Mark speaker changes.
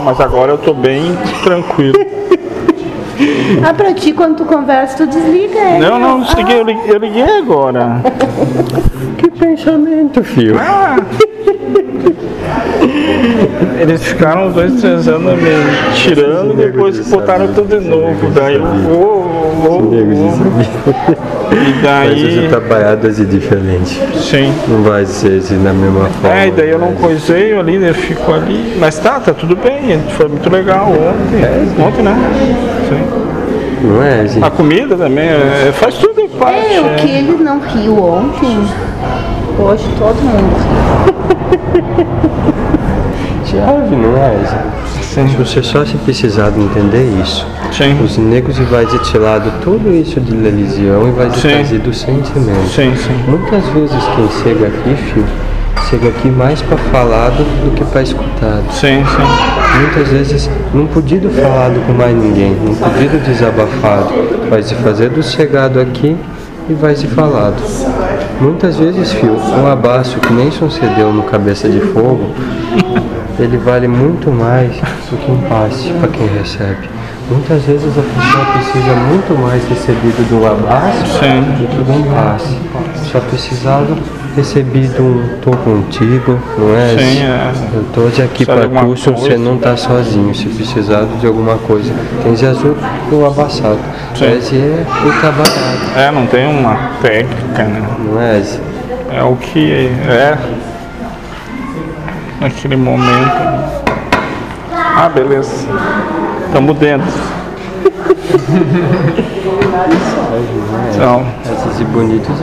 Speaker 1: mas agora eu tô bem tranquilo.
Speaker 2: Ah, pra ti, quando tu conversa, tu desliga ele.
Speaker 1: Não, não,
Speaker 2: Ah,
Speaker 1: desliguei, eu liguei, eu liguei agora.
Speaker 3: Que pensamento, filho.
Speaker 1: Ah. Eles ficaram uns dois, três anos me tirando, depois botaram tudo de novo. Daí eu vou, vou,
Speaker 3: Nego de
Speaker 1: vou.
Speaker 3: sabia.
Speaker 1: E
Speaker 3: Mas hoje
Speaker 1: daí.
Speaker 3: trabalhadas e diferente.
Speaker 1: Sim.
Speaker 3: Não vai ser assim da mesma forma.
Speaker 1: É, e daí eu não
Speaker 3: mas-
Speaker 1: coisei ali, daí eu fico ali. Mas tá, tá tudo bem, foi muito legal ontem. Ontem, né? Sim.
Speaker 3: Não é, gente?
Speaker 1: A comida também, é- faz tudo parte.
Speaker 2: É, o que ele não riu ontem, hoje todo mundo riu.
Speaker 1: Ah.
Speaker 3: Chave, não é? gente? Se você só se precisar de entender isso,
Speaker 1: Sim.
Speaker 3: os negros vai de tirado tudo isso de religião e vai de
Speaker 1: Sim.
Speaker 3: trazer do sentimento.
Speaker 1: Sim, sim.
Speaker 3: Muitas vezes quem chega aqui, filho, chega aqui mais pra falar do, do que pra escutado.
Speaker 1: Sim, sim.
Speaker 3: Muitas vezes não podido falado com mais ninguém, não podido desabafado. Vai se fazer do chegado aqui e vai se falado. Muitas vezes, filho, um abaço que nem sucedeu no cabeça de fogo, ele vale muito mais do que um passe para quem recebe. Muitas vezes a pessoa precisa muito mais recebido de um abaço
Speaker 1: Sim.
Speaker 3: de tudo um passe. Só precisava recebido um tô contigo, não é?
Speaker 1: Sim, é.
Speaker 3: Eu tô de
Speaker 1: Precisa de
Speaker 3: aqui para
Speaker 1: alguma
Speaker 3: curso, você
Speaker 1: coisa.
Speaker 3: não tá sozinho, se precisar de alguma coisa. Tem Jesus e o abaçado.
Speaker 1: Sim.
Speaker 3: Esse é o trabalhado,
Speaker 1: É, não tem uma técnica, né?
Speaker 3: não é? Zé?
Speaker 1: É o que é naquele momento. Ah, beleza. Tamo dentro. Tchau. Então,
Speaker 3: Esses bonitos